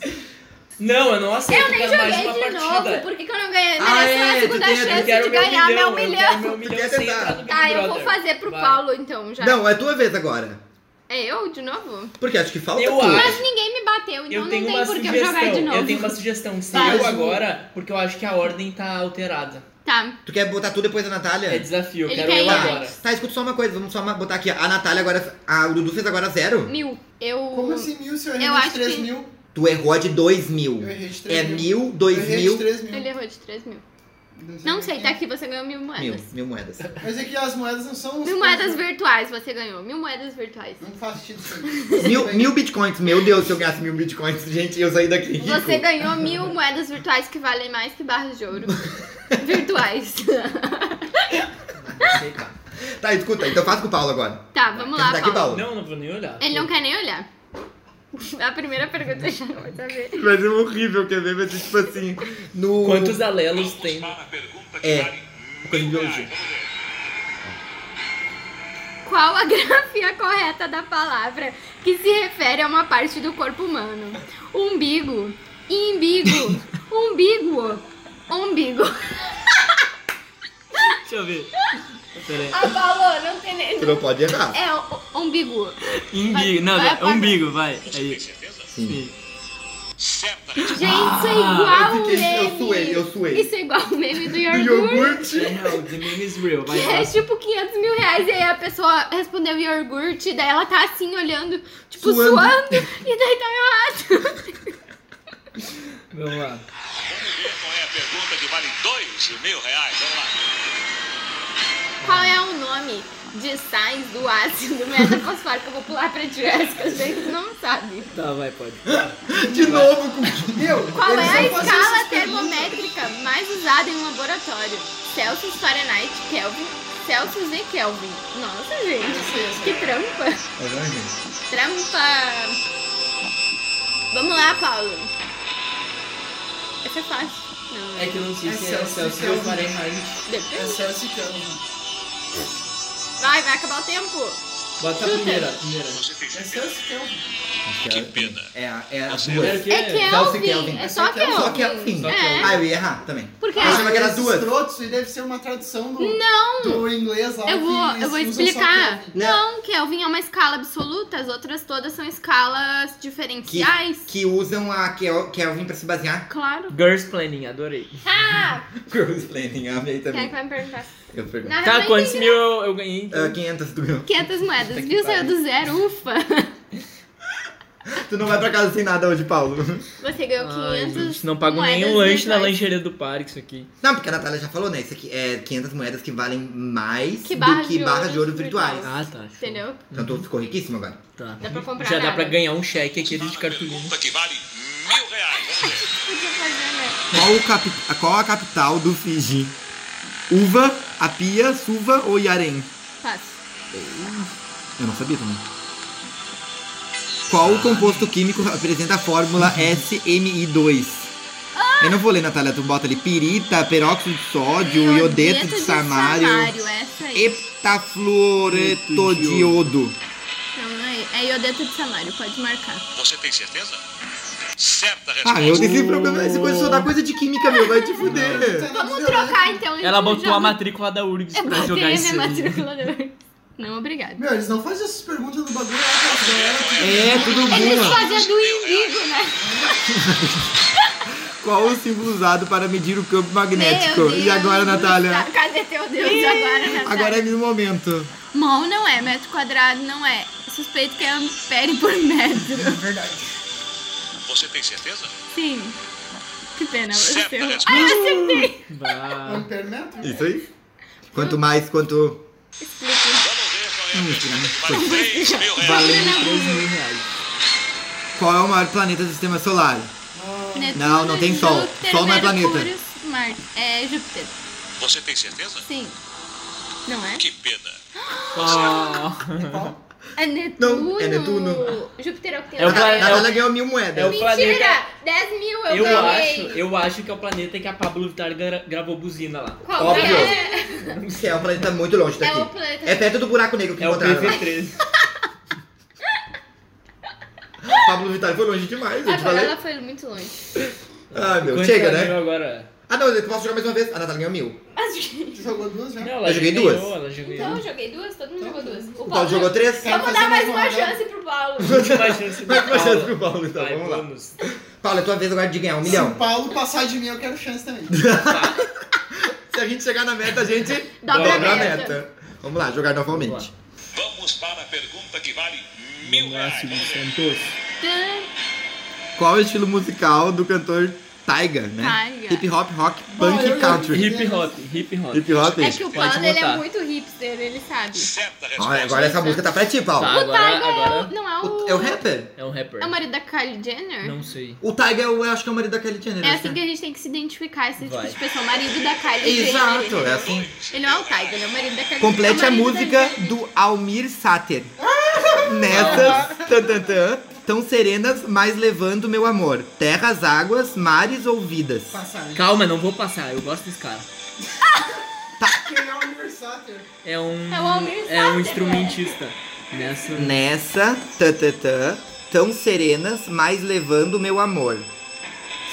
Não, eu não aceito
Eu nem
ganhar mais uma
joguei de
partida.
novo, por que, que eu não ganhei?
Ah,
Mereço
é, tu
uma segunda
tem- tu
Eu
chance
quero
de
meu
ganhar
milhão,
meu
eu
milhão.
quero meu
Tu
milhão
quer
sem
tentar?
entrar no Big
Tá, eu vou
então. Brother.
fazer pro
Vai.
Paulo então já.
Não, é tua vez agora.
É eu de novo?
Porque acho que falta
Eu
tu.
acho.
Mas ninguém me bateu, então
Eu
não
tenho
tem
uma
por que eu
sugestão.
jogar de novo.
Eu tenho uma sugestão. Se
Faz.
eu agora, porque eu acho que a ordem tá alterada.
Tá,
Tu quer botar tu depois da Natália?
É desafio, eu
Ele
quero
quer
eu
ir
agora.
antes.
Tá, escuta só uma coisa, vamos só ma- botar aqui. ó. A Natália agora. A, o Dudu fez agora zero.
mil. Eu.
Como assim mil se eu
Eu
errei
acho
de 3
que-
mil?
Tu errou a de dois mil.
Eu errei de 3
É
mil.
mil,
Eu
dois
errei de
mil.
3 mil.
Ele errou de 3 mil. Não sei, tá aqui você ganhou mil
Mil,
moedas.
mil moedas.
Mas é que as moedas não são... os-
Mil moedas virtuais você ganhou. Mil moedas virtuais.
Não faz sentido isso aí.
Mil, mil bitcoins, meu Deus, se eu ganhasse mil bitcoins, gente, eu saí daqui rico.
Você ganhou mil moedas virtuais que valem mais que barras de ouro. virtuais.
Não sei, tá.
Tá, escuta, então faz com o Paulo agora.
tá, vamos
Quer
lá,
dar aqui, Paulo?
Paulo.
Não, não vou nem olhar.
Ele não quer nem olhar. A primeira pergunta já não vai saber.
Vai ser é horrível, quer ver? Vai ser tipo assim. No...
Quantos alelos
Vamos
tem?
para a pergunta que
É.
vale
Coisa de
mil reais.
hoje.
Vamos ver.
Qual a grafia correta da palavra que se refere a uma parte do corpo humano? Umbigo, imbigo, umbigo, umbigo.
Deixa eu ver. Pera aí.
Ah, Paulo, não tem nem.
Tu não pode errar.
É o- umbigo.
Ah,
Umbigo. Não,
vai
é
apagar.
umbigo, vai.
Você tem
Aí.
certeza?
Sim.
Certa
Gente, isso é igual
eu
o
fiquei- assim, eu
meme.
suei, eu suei.
Isso é igual o meme do
Do
iogurte.
iogurte.
Não, the meme is É real.
Que
Vai,
é
vai.
tipo 500 mil reais e aí a pessoa respondeu iogurte, daí ela tá assim olhando, tipo
Suando.
suando, e daí tá errado.
Vamos lá.
Vamos ver qual é a pergunta que vale dois mil reais. Vamos lá.
Qual é o nome de sais do ácido metafosfórico? Eu vou pular pra Jessica, a gente não sabe.
Tá, vai, pode.
De novo com. Meu,
Qual
eles
é a
vão fazer
escala
essas perguntas.
termométrica mais usada em um laboratório? Celsius, Fahrenheit, Kelvin, Celsius e Kelvin. Nossa, gente,
é
que trampa. Trampa. Vamos lá, Paulo. Essa é fácil. Não,
É que eu não sei
É
se é
Celsius,
Celsius
Celsius.
ou Fahrenheit.
É
Depende.
Celso e Kelvin.
Vai, vai acabar o tempo.
Bota a
Chuta.
primeira, a primeira.
Você tem
É
certeza?
Celso e Kelvin.
Que
pena.
É, a- é as
Nossa,
duas.
Primeiro que
É
Celsius e
Kelvin.
Kelvin.
É só Kelvin.
Só que é o fim.
Só
É.
Ah, eu ia errar também.
Por quê?
Eu achava que era
Esses
duas.
Trotos, e deve ser uma tradução do, não. do inglês lá.
Eu vou,
que
eu vou
eles usam só
explicar.
Kelvin.
Não, Kelvin é uma escala absoluta, as outras todas são escalas
Que,
diferenciais.
que usam a Kel- Kelvin pra se basear.
Claro.
Girls Planning, adorei.
Ah,
Girls Planning, amei
quem é que
também.
vai me perguntar?
Eu pergunto.
Na real,
Tá,
Ah, não
quantos
entendi né?
mil eu, eu ganhei? então?
Ah, 500 tu ganhou.
500 moedas,
Puta que
viu? Saiu
pariu.
do zero, ufa.
Tu não vai pra casa sem nada hoje, Paulo.
Você ganhou
Ai,
500
gente, não pago
moedas
nenhum lanche na
virtuais.
lancheria do parque, isso aqui.
Não, porque a Natália já falou, né? Isso aqui é 500 moedas que valem mais
Que barra
do que
de
barra
ouro
de ouro
virtuais.
virtuais.
Ah, tá. show.
Entendeu?
Então tu ficou riquíssimo agora.
Tá.
Dá pra comprar
Já dá
nada.
pra ganhar um cheque aquele de cartolina.
Pergunta que vale mil reais. Vamos ver.
Podia fazer, né?
Qual, o capi... Qual a capital do Fiji? Uva, Apia, Suva ou Iarém?
Fácil.
Eu não sabia também. Qual o composto químico apresenta a fórmula SMI2? Eu não vou ler, Natália. Tu bota ali pirita, peróxido de sódio, iodeto de
é
samário,
Essa aí.
heptafluoretodiodo.
Não, não é. É iodeto de samário, pode marcar.
Você tem certeza? Certa
Ah,
resposta.
meu, esse problema, é esse coisa só dá coisa de química, meu, vai te fuder.
Vamos trocar então. gente
Ela botou
joga-
a matrícula da URGS
Eu
pra
botei
jogar
a
isso.
minha
aí.
matrícula da URGS. Não, obrigada.
Meu, eles não fazem essas perguntas do bagulho lá pra galera.
É, tudo
Eles
bom.
fazem a do indigo, né?
Qual o símbolo usado para medir o campo magnético?
Meu
E agora,
Deus,
Natália?
tá- Cadê teu Deus agora, Natália?
Agora é meu momento.
Mol não é, metro quadrado não é. Suspeito que é ampere por metro.
Você tem certeza?
Hum,
Sim. Que pena você.
Certa resposta.
Ai, acertei!
Bah.
Ampermetro?
Isso aí? Quanto mais, quanto.
Explica.
Vamos ver qual é a
Hum,
pergunta que
foi.
vale três mil reais.
Valendo 3 mil reais.
Qual é o maior planeta do sistema solar?
É
Netuno,
Não, não tem Sol.
Júpiter,
Sol não é
Mercúrio,
planeta.
Marte. É Júpiter.
Você tem certeza?
Sim. Não é?
Que pena.
Ah,
É Netuno.
Não, é Netuno.
Júpiter é o que tem
É o
lá.
Nat-
planeta-
Natália ganhou mil moedas.
é o
Mentira!
planeta.
10 mil eu,
Eu acho,
ganhei.
eu acho que é o planeta que a Pablo Vittar gra- gravou buzina lá.
Qual
Óbvio.
é?
Que é um planeta muito longe
É o
daqui.
planeta.
É perto do buraco negro que
É o
encontraram. lá.
PV13.
Pablo Vittar foi longe demais, eu te
Agora
falei.
ela foi muito longe.
Ah, meu,
Quanto
chega,
ela ganhou
né?
Agora?
Ah, não, eu posso jogar mais uma vez. A Natália ganhou mil.
Mas, gente.
Tu jogou duas né? já?
Não, ela
Eu joguei
ganhou,
duas.
Ela jogou
Então eu joguei duas, todo mundo jogou duas.
O Paulo Então, jogou três.
Quero
Vamos
fazer
dar mais
uma
uma
rodada.
chance pro Paulo.
Última chance
é Vai
do
com a chance pro
assim, Paulo.
Paulo, então,
Vai,
vamos lá.
vamos.
Paulo, é tua vez agora de ganhar um
Se
milhão.
o Paulo passar de mim, eu quero chance também.
Se a gente chegar na meta, a gente
Dobra a
dobra a
meta.
meta. Vamos lá, jogar novamente.
Vamos para a pergunta que vale mil reais.
Silvio
Vamos ver.
Santos.
Tã,
Qual é o estilo musical do cantor Taiga, né?
Taiga.
Hip hop, rock,
Bom,
punk
eu-
e
eu-
country.
Hip hop, hip hop.
Hip hop?
É que o
Pode
Paulo ele é
botar.
muito hipster, ele sabe.
Certa
Olha,
resposta.
agora essa música tá pra ti, Paulo.
Tá,
O
agora,
Tiger é o.
agora.
Não é
O-
o.
é o rapper?
É um rapper.
É o marido da Kylie Jenner?
Não sei.
O Tiger, eu acho que é o marido da Kylie Jenner.
É
acho
assim que a gente tem que se identificar, esse tipo
Vai.
de pessoa. O marido da Kylie
Exato,
Jenner.
é assim.
Ele não é o Tiger, ele é o marido da Kylie
Complete
é
a
o marido da
música
Kylie Jenner.
do Almir Sater. Nessas tan, tan, tan, tão serenas, mas levando meu amor. Terras, águas, mares ou vidas.
Passagem.
Calma, não vou passar, eu gosto desse cara.
Quem é o Universáter?
É um.
É o Almir
é
Sater,
um instrumentista. Nessa.
Né? Nessa tan, tan, tan, tão serenas, mas levando meu amor.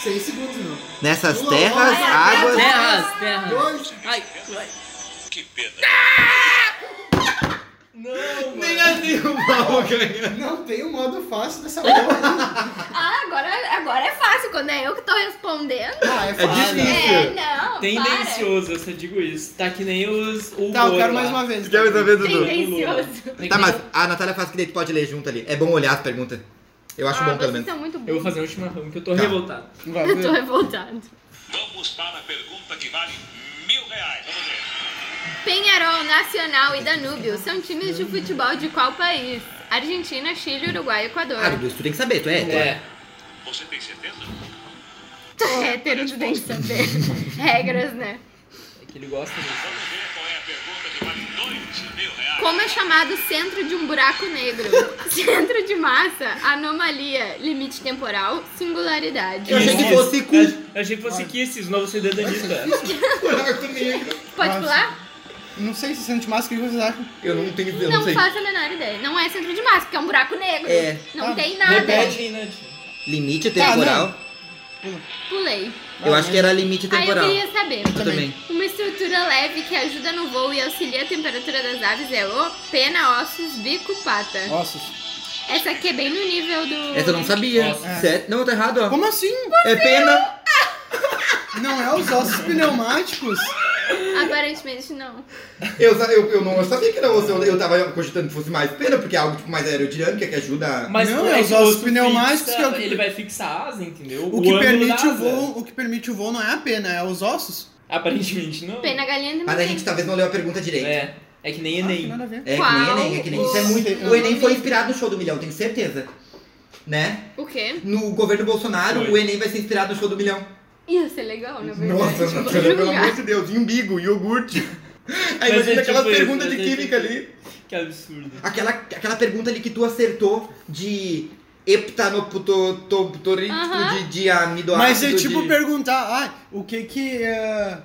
Seis segundos, meu.
Nessas
Lua,
terras,
olha,
águas.
Terras, terras.
Dois.
Ai, ai.
Que pena.
Não,
Nem assim o Paulo ganhou.
Não tem um modo fácil dessa porra.
Ah, agora, agora é fácil, quando é eu que tô respondendo.
Ah, é
É
fácil.
difícil.
É, não.
Tendencioso, eu só digo isso. Tá que nem os. O
Tá, eu
Moro
quero
lá.
mais uma vez.
Quer
tá?
saber,
Para.
Dudu?
Tendencioso.
que
Tá,
nem-
mas a Natália faz que daí tu pode ler junto ali. É bom olhar as perguntas. Eu acho
Ah,
bom, pelo
vocês
menos.
são muito bons.
Eu vou fazer um chimarrão que eu tô
Tá.
revoltado.
Vai
Eu tô
ver.
revoltado.
Vamos para a pergunta que vale mil reais. Vamos ver.
Penharol, Nacional e Danúbio são times de futebol de qual país? Argentina, Chile, Uruguai e Equador.
Ah, Dudu, isso tu tem que saber, tu é. hétero.
Você tem certeza?
Tu é hétero, tu tem que saber. Regras, né?
É que ele gosta disso.
Vamos ver qual é a pergunta que vale dois mil reais.
Como é chamado o centro de um buraco negro? centro de massa, anomalia, limite temporal, singularidade.
Eu achei que
Kisses.
fosse cu.
Eu- Eu achei que fosse Kisses, novo CD da Anitta.
Pode
Nossa.
pular?
Não sei se sente máscara, o que vocês acham?
Eu não tenho, eu não,
Não,
sei.
faço a menor ideia. Não é centro de massa, porque é um buraco negro.
É.
Não
Ah,
tem nada.
Repete aí,
né?
Nath.
Limite
Tá,
temporal?
Pulei.
eu acho que era limite
Aí eu
temporal.
queria saber.
Eu também.
Uma estrutura leve que ajuda no voo e auxilia a temperatura das aves é o pena, ossos, bico, pata.
Ossos.
Essa aqui é bem no nível do.
Essa eu não sabia.
Nossa.
Sério? Não, tá errado, ó.
Como assim?
É pena.
Não é os ossos pneumáticos?
Aparentemente não.
Eu, sa- eu, eu não eu sabia que era osso, eu, eu tava cogitando que fosse mais pena, porque é algo tipo, mais aerodinâmica que ajuda.
Mas
Não,
como
é
que
usar
o
os
osso
pneumáticos
fixa,
que é o que-
Ele vai fixar a asa, entendeu?
O que,
ângulo
permite
da
o,
asa.
voo, o que permite o voo não é a pena, é os ossos.
Aparentemente não.
Pena galinha
Mas a
também.
gente talvez não leu a pergunta direito. É,
É. É que nem
Ah,
Enem.
tem nada a ver.
que nem
Qual
Enem, é que nem. Isso é
o-
muito. O Enem foi inspirado no show do milhão, tenho certeza. Né?
O quê?
No governo Bolsonaro,
Foi.
o Enem vai ser inspirado no show do milhão.
Ia ser legal, na verdade.
Nossa,
Vou
Natália, pelo
julgar.
amor de Deus, umbigo, iogurte.
Mas
Aí
é tipo
imagina aquela
isso,
pergunta
mas
de
é
química
tipo-
ali.
Que absurdo.
Aquela, aquela pergunta ali que tu acertou de heptanoputotorito
Aham.
de, de amidoácido.
Mas é tipo
de...
perguntar, ah, o que que. é,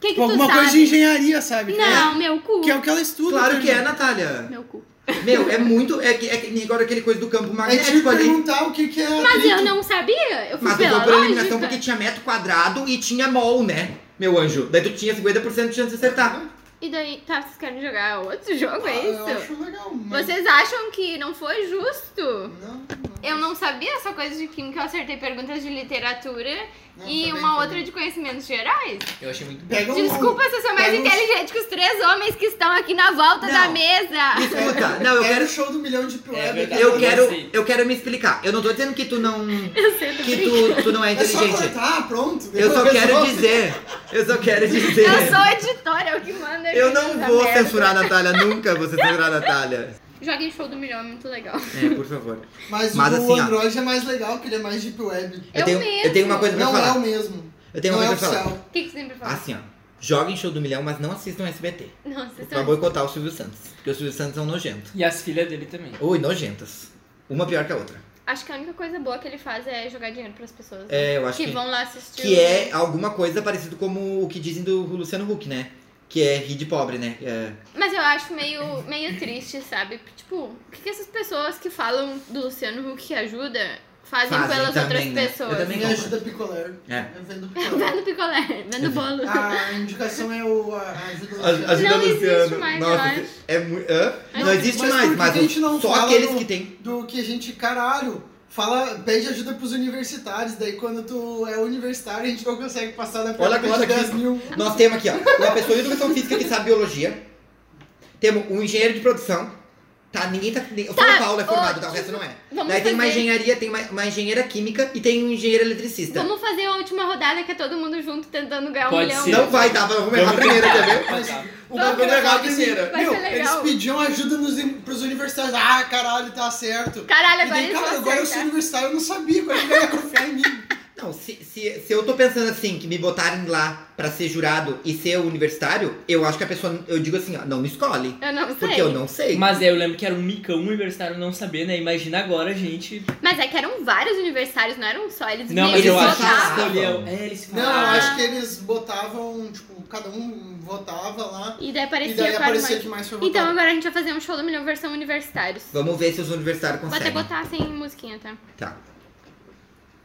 Que que tu
alguma
sabe?
coisa de engenharia, sabe?
Não, meu cu.
É, que é o que ela estuda.
Claro
tá
que é,
ligado?
Natália.
Meu cu.
Meu, é muito. É que é que nem agora aquele coisa do campo
É
magnético
tipo
ali.
perguntar o que que é.
Mas eu não sabia. Eu fui
Mas tu
pela
foi por eliminação
lógica.
porque tinha metro quadrado e tinha mol, né? Meu anjo. Daí tu tinha 50% de chance de acertar.
E daí, tá, vocês querem jogar outro jogo,
Ah,
é
eu
isso?
acho legal, mas.
Vocês acham que não foi justo?
Não, tá
Eu não sabia essa coisa de química, eu acertei perguntas de literatura
não,
e
tá bem,
uma
tá
outra
bem.
de conhecimentos gerais.
Eu achei muito
É,
bom.
Pega um-
Então,
Desculpa se eu sou mais
pega um-
inteligente que os três homens que estão aqui na volta
Não.
da mesa.
Escuta, não, eu
Pega
quero. É
o show do milhão de Playboy.
verdade.
Eu
Eu
quero,
sei.
eu quero me explicar. Eu não tô dizendo que tu não.
Eu sei, tô
Que
brincando.
tu, tu não é
É só
inteligente.
cortar, pronto.
Eu só
Depois
quero
resolve.
dizer. Eu só quero dizer.
Eu sou editora, eu que mando. aqui
é. Eu não
nessa
vou
merda.
censurar a Natália, nunca vou censurar a Natália.
Joguem show do milhão, é muito legal.
É, por favor.
Mas,
Mas
o
assim, ó.
Android é mais legal, que ele é mais deep web.
Eu,
Eu
tenho,
mesmo.
eu tenho uma coisa pra
Não é o
falar.
mesmo.
Eu tenho
não
uma
é
coisa pra falar.
oficial.
O que, que você sempre fala?
Assim, ó. Joguem show do milhão, mas não assistam SBT.
Não, vocês
Pra
são.
boicotar o Silvio Santos. Porque o Silvio Santos é um nojento.
E as filhas dele também.
Ui, nojentas. Uma pior que a outra.
Acho que a única coisa boa que ele faz é jogar dinheiro pras pessoas. né?
É, eu acho
que,
que.
vão lá assistir.
Que
o-
é alguma coisa parecido como o que dizem do Luciano Huck, né? Que é rir de pobre, né? É,
Mas eu acho meio, meio triste, sabe? Tipo, o que, que essas pessoas que falam do Luciano Huck que ajuda fazem,
Fazem
pelas
também,
outras
né? Eu
pessoas?
também-
Me ajuda picolé.
É.
Eu vendo picolé.
Vendo picolé, vendo bolo.
Ah,
A indicação é o a a ajuda
A-
social.
ajuda
Não
o Luciano.
existe mais, eu
Nossa,
acho.
é muito. hã? Não,
Não,
existe
mas por
mais,
que
mas
que a gente não
só
fala
aqueles
no-
que tem.
do que a gente, caralho, fala, pede ajuda pros universitários, daí quando tu é universitário a gente não consegue passar na
Olha
pergunta
agora
de
aqui.
10 mil.
Nós temos aqui, ó, uma pessoa de educação física que sabe biologia. Temos um engenheiro de produção. Tá, ninguém tá. nem- O São Paulo é formado,
ó,
tá? O resto não é.
Vamos
Daí tem uma
fazer-
engenharia, tem uma, uma engenheira química e tem um engenheiro eletricista.
Vamos fazer a última rodada que é todo mundo junto tentando ganhar um
Pode
milhão.
ser.
Não vai dar, vamos errar a primeira, entendeu?
Mas
Tá.
o
Não,
bagulho é
cara,
errado
vai
assim,
ser-
vai
Meu,
ser
eles
legal.
pediam ajuda nos, pros universitários. Ah, caralho, tá certo.
Caralho,
e
agora
daí,
eles
cara,
vão
agora eu sou
acertar.
universitário, eu não sabia, é agora ele vai confiar em mim.
Não, se, se, se eu tô pensando assim, que me botarem lá pra ser jurado e ser universitário, eu acho que a pessoa. Eu digo assim, ó, não me escolhe.
Eu não sei.
Porque eu não sei.
Mas é, eu lembro que era um micão universitário não saber, né? Imagina agora, gente.
Mas é que eram vários universitários, não eram só. Eles meio
Não, mas
que
eu
eles
acho que
votavam.
votavam.
escolheu. É, eles
Não,
falaram.
eu
Ah.
acho que eles botavam, tipo, cada um votava lá.
E daí
E
aparecia
daí
qual era o
aparecia
mais-
que mais foi
Então
votado.
agora a gente vai fazer um show do milhão versão universitários.
Vamos ver se os universitários
Vou até
conseguem.
botar sem musiquinha, tá?
Tá.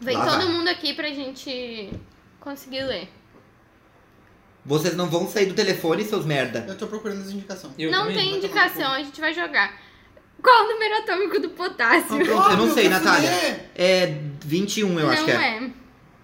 Vem
Lá
todo
vai.
mundo aqui pra gente conseguir ler.
Vocês não vão sair do telefone, seus merda.
Eu tô procurando as indicações.
Eu
não
também. um
tem
vai tomar
indicação, a gente vai jogar. Qual o número atômico do potássio?
Ah,
Pronto, eu não
meu,
sei,
quer
Natália.
fuder?
É 21, eu
não
acho que é.
é.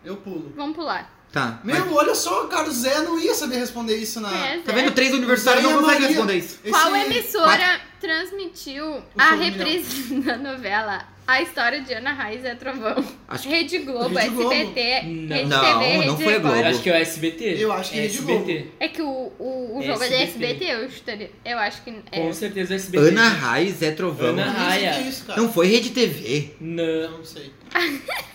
Eu pulo.
Vamos pular.
Tá. mas-
Meu, olha só, cara, o Zé não ia saber responder isso na.
É,
Tá
Zé.
vendo? Três universitários não
Zé e a
conseguem
Maria.
responder isso. é
Esse- um
Qual é emissora transmitiu a
show do
reprise da novela A História de Ana Raiz é Trovão?
Acho que-
Rede Globo,
Rede Globo.
SBT,
Não.
Rede
Não,
TV, Rede
não foi a
Record.
Globo.
Eu acho que é o SBT.
Eu acho que é de
SBT.
É que o, o, o jogo é da
SBT.
SBT, eu, chutaria- eu acho que
Com
é.
certeza é SBT.
Ana Raiz é trovão.
Ana
Eu não sei o que é
Raia.
isso, cara.
Não foi Rede TV.
Eu
Não.
não sei.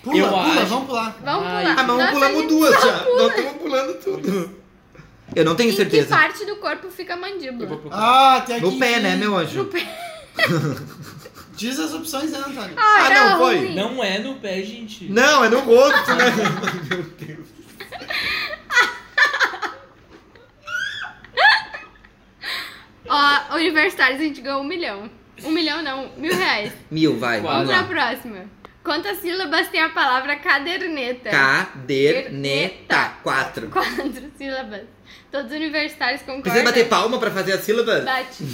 Pula, Eu pula, acho. vamos
pular.
Vamos
Ai.
pular.
Ah, mas
Nossa,
pulamos
gente,
duas já. Nós estamos pulando tudo. Eu não tenho
Em que
certeza.
parte do corpo fica a
Eu vou
mandíbula?
procurar.
Ah, até aqui.
No pé, né, meu
No
anjo?
pé.
Diz as opções, né, Antônio?
Ah,
era
não, foi?
ruim.
Não é no pé, gente.
Não, é no rosto, né?
Ó, universitários, a gente ganhou um milhão. Um milhão não, mil reais.
Mil, vai.
Quase.
Vamos
Vamos pra
lá.
próxima. Quantas sílabas tem a palavra caderneta?
Caderneta. Quatro.
Quatro sílabas. Todos os universitários concordam.
Precisa bater palma pra fazer as sílabas?
Bate.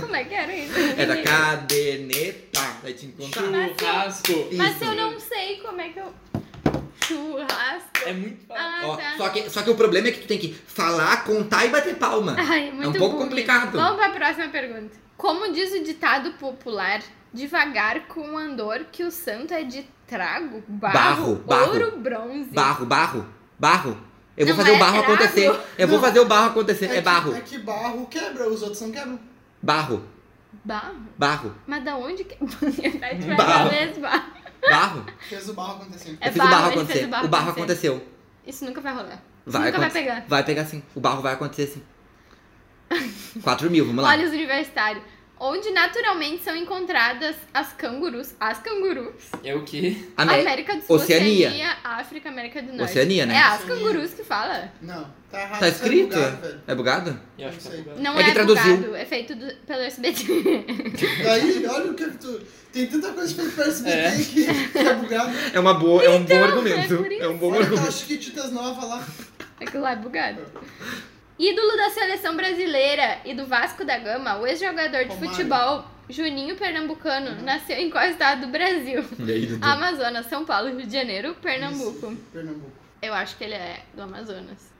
Como é que era isso?
Era caderneta. Vai te encontrar.
é
Churrasco.
Mas
Isso.
eu não sei como é que eu... Churrasco.
É muito fácil.
Ah,
Ó,
tá.
só, que, só que o problema é que tu tem que falar, contar e bater palma.
Ai, muito
é um pouco
ruim.
complicado.
Vamos pra próxima pergunta. Como diz o ditado popular, devagar com andor, que o santo é de trago, barro,
Barro, barro.
ouro, bronze.
Barro, barro, barro. Eu vou
Não
fazer
é
o barro
trago.
acontecer. Eu vou
Não.
fazer o barro acontecer. É
que-
barro,
É que barro quebra, os outros não quebram.
barro,
Barro?
barro,
Mas da onde que... Vai falar
Barro.
mesmo, barro.
barro.
Fez o barro acontecer.
É
eu fiz o barro
ele fez
acontecer.
o barro
o barro
acontecer.
aconteceu.
Isso nunca vai rolar. Isso
Vai
nunca vai
acontecer.
pegar.
Vai pegar sim. O barro vai acontecer sim. 4 mil, vamos lá.
Olhos universitários. Onde naturalmente são encontradas as cangurus, as cangurus,
É o quê?
Amé-
América do Sul,
Oceania.
África, América do Norte.
Oceania, né?
É as
Oceania.
cangurus que fala.
Não, tá errado.
Tá
isso é
escrito?
lugar, velho.
É bugado?
Eu acho que tá
Não sei.
bugado.
Não
É
é,
que traduziu.
bugado, é feito do- pelo SBT.
Daí, olha o que tu. Tem tanta coisa feita pra SBT
É.
que, que é bugado.
É uma boa, é um bom
argumento. é por isso. É
um
Olha aquelas chiquititas novas lá.
Aquilo lá é bugado. Ídolo da seleção brasileira e do Vasco da Gama, o ex-jogador de
Romário. Uhum.
futebol Juninho Pernambucano nasceu em qual estado do Brasil?
Uhum.
Ah, Amazonas, São Paulo, Rio de Janeiro, Pernambuco.
Isso, Pernambuco.
Eu acho que ele é do Amazonas.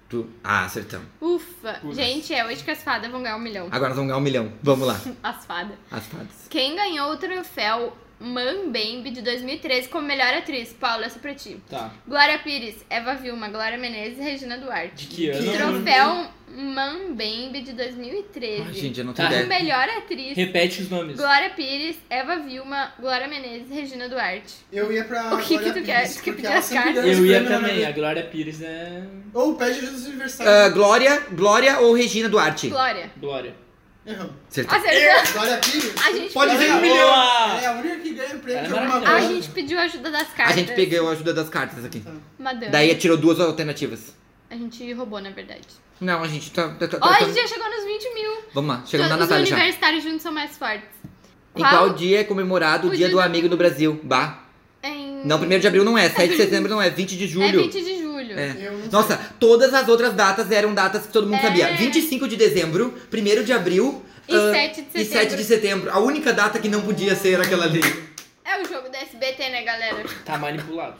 Ah, acertamos.
Ufa!
Putz.
Gente, é hoje que as fadas vão ganhar um milhão.
Agora nós vamos ganhar um milhão. Vamos lá.
As fadas.
As fadas.
Quem ganhou o troféu Mambembe de 2013 como melhor atriz? Paula, essa é pra ti.
Tá.
Glória Pires, Eva Vilma, Glória Menezes e Regina Duarte.
De que
Que
ano?
ano?
Troféu Mambembe de 2013.
Ai, gente, é. eu não
Tá.
tenho
Como
ideia.
melhor atriz,
Repete os nomes.
Glória Pires, Eva Vilma, Glória Menezes e Regina Duarte.
Eu ia pra.
O que que
Glória
tu quer?
Pires,
Tu quer
porque
pedir
ela
as
sempre
cartas?
ganha os
Eu ia
prêmios na
também.
vida.
A Glória Pires é.
Ou pede Jesus
Ah,
Universitários.
Glória, Glória ou Regina Duarte?
Glória.
Glória.
Ah.
Erramos.
Acertamos.
Acertou.
Glória Pires.
A gente,
Pode
pediu,
vir um
Ela é a-
milhão!
Ela é a única que ganha prêmio de
Ela é
alguma
a
maravilhosa.
coisa.
gente pediu ajuda das
A
cartas.
gente pegou a ajuda das cartas aqui.
Madame.
Daí tirou duas alternativas.
A gente roubou, na verdade.
Não, a gente tá. tá- tá-
Ó, a
tá-
gente já chegou nos 20 mil.
Vamos lá, chegamos na
Todos
Natália
os
já.
universitários juntos são mais fortes.
Em qual dia é comemorado o Dia do Amigo no Brasil? Bah.
Em...
Não, 1 de abril não é, 7 de setembro não é, 20 de
É
julho.
20 de julho.
É.
Eu não
Nossa, todas as outras datas eram datas que todo mundo
É.
sabia. 25 de dezembro, 1 de abril
E
ah,
7 de
e 7 de
setembro.
setembro. A única data que não podia ser era aquela ali.
É o jogo da SBT, né, galera?
Tá manipulado.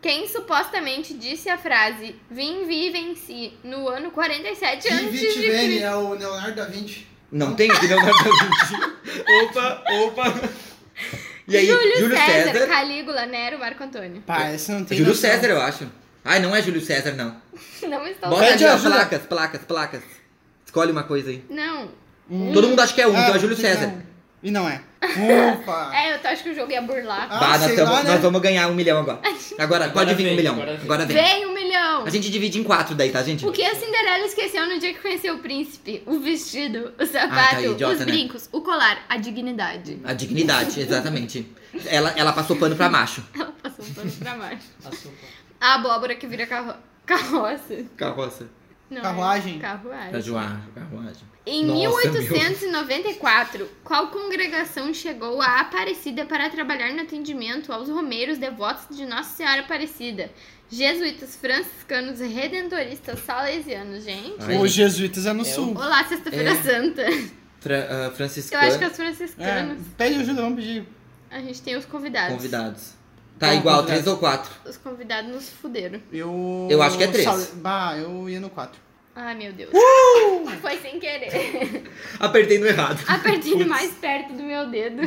Quem supostamente disse a frase Vim, vi, venci no ano 47
sei.
antes de
Vene
né?
Cristo.
é o Leonardo da Vinci.
Não tem que não dá pra mentir. Opa, opa. E aí,
Júlio, César,
César
Calígula, Nero, Marco Antônio.
Pá, esse não tem.
É Júlio
noção.
César, eu acho. Ai, não é Júlio César, não.
Não estou
Bota
Pede
ali, Tá ó,
ajuda.
placas, placas, placas. Escolhe uma coisa aí.
Não.
Hum.
Todo mundo acha que é um,
Ah,
então é Júlio
e
César.
não. E não é. Ufa!
É, eu tô- acho que o jogo ia burlar.
Ah,
bah, nós,
sei
tamo-
lá, né?
nós vamos ganhar um milhão agora. Agora, pode vir
vem,
um milhão.
agora
Agora
vem.
vem.
Vem um milhão!
A gente divide em quatro daí, tá, gente?
O que a Cinderela esqueceu no dia que conheceu o príncipe? O vestido, o
Ah,
sapato,
tá, idiota,
os
né?
brincos, o colar, a dignidade.
A dignidade, exatamente. Ela, ela passou pano pra macho.
Ela passou um pano pra baixo.
Assunto.
A abóbora que vira carro... carroça.
Carroça.
Não, é
Carruagem.
Carruagem.
Cajuar, carruagem.
Em
Tá Nossa, é
1894, qual congregação chegou a Aparecida para trabalhar no atendimento aos romeiros devotos de Nossa Senhora Aparecida? Jesuítas, franciscanos, redentoristas, salesianos, gente.
Ai, gente.
Os jesuítas é no
É o-
sul.
Olá, Sexta-feira
É.
Santa.
Fra, ah,
Eu
franciscano,
acho que é os franciscanos.
É, pede ajuda, vamos pedir.
É.
A gente tem os convidados.
convidados. Tá
Qual
igual,
convidado?
três ou quatro.
Os convidados nos fuderam.
Eu.
Eu acho que é três.
Sal- Bah, eu ia no 4.
Ai, meu Deus. Foi sem querer.
Apertei no errado.
Apertei mais perto do meu dedo.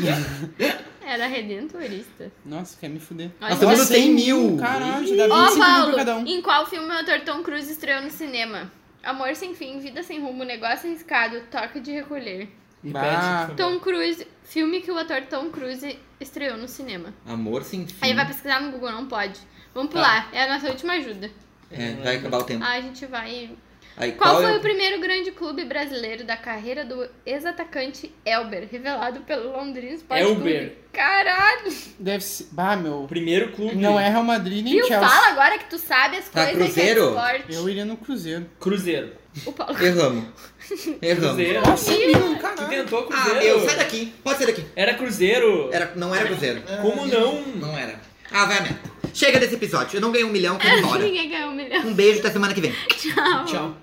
Era redentorista.
Nossa, quer me fuder.
Olha.
Nossa, mas eu tenho
100
mil.
Caralho, dá 25
Ó,
mil pra cada
Paulo,
um.
em qual filme o ator Tom Cruise estreou no cinema? Amor sem fim, vida sem rumo, negócio arriscado, toca de recolher.
Bah.
Repete. por favor.
Tom Cruise, filme que o ator Tom Cruise estreou no cinema.
Amor sem fim.
Ah. Aí vai pesquisar no Google, não pode. Vamos
Tá.
pular, é a nossa última ajuda.
É, vai acabar o tempo.
Ah, a gente vai
Aí,
Qual
é
foi o primeiro grande clube brasileiro da carreira do ex-atacante Elber, revelado pelo Londrina Sport
Elber.
Clube? Caralho!
Deve ser. Bah, meu.
O primeiro clube.
Não é Real Madrid nem
Viu?
Chelsea.
Fala agora que tu sabe as
Tá,
coisas que é
Cruzeiro?
esporte.
Eu iria no Cruzeiro.
Cruzeiro.
O Paulo...
Erramos. Erramos.
Cruzeiro.
Nossa, mil,
Tu
caralho.
tentou
Ah,
Cruzeiro?
meu, sai daqui. Pode sair daqui.
Era Cruzeiro?
Era, não era cruzeiro.
Como não?
Não era. Ah, vai a meta. Chega desse episódio. Eu não ganhei um milhão, tô indo embora.
Ninguém ganhou um milhão.
Um beijo até semana que vem.
Tchau.
Tchau.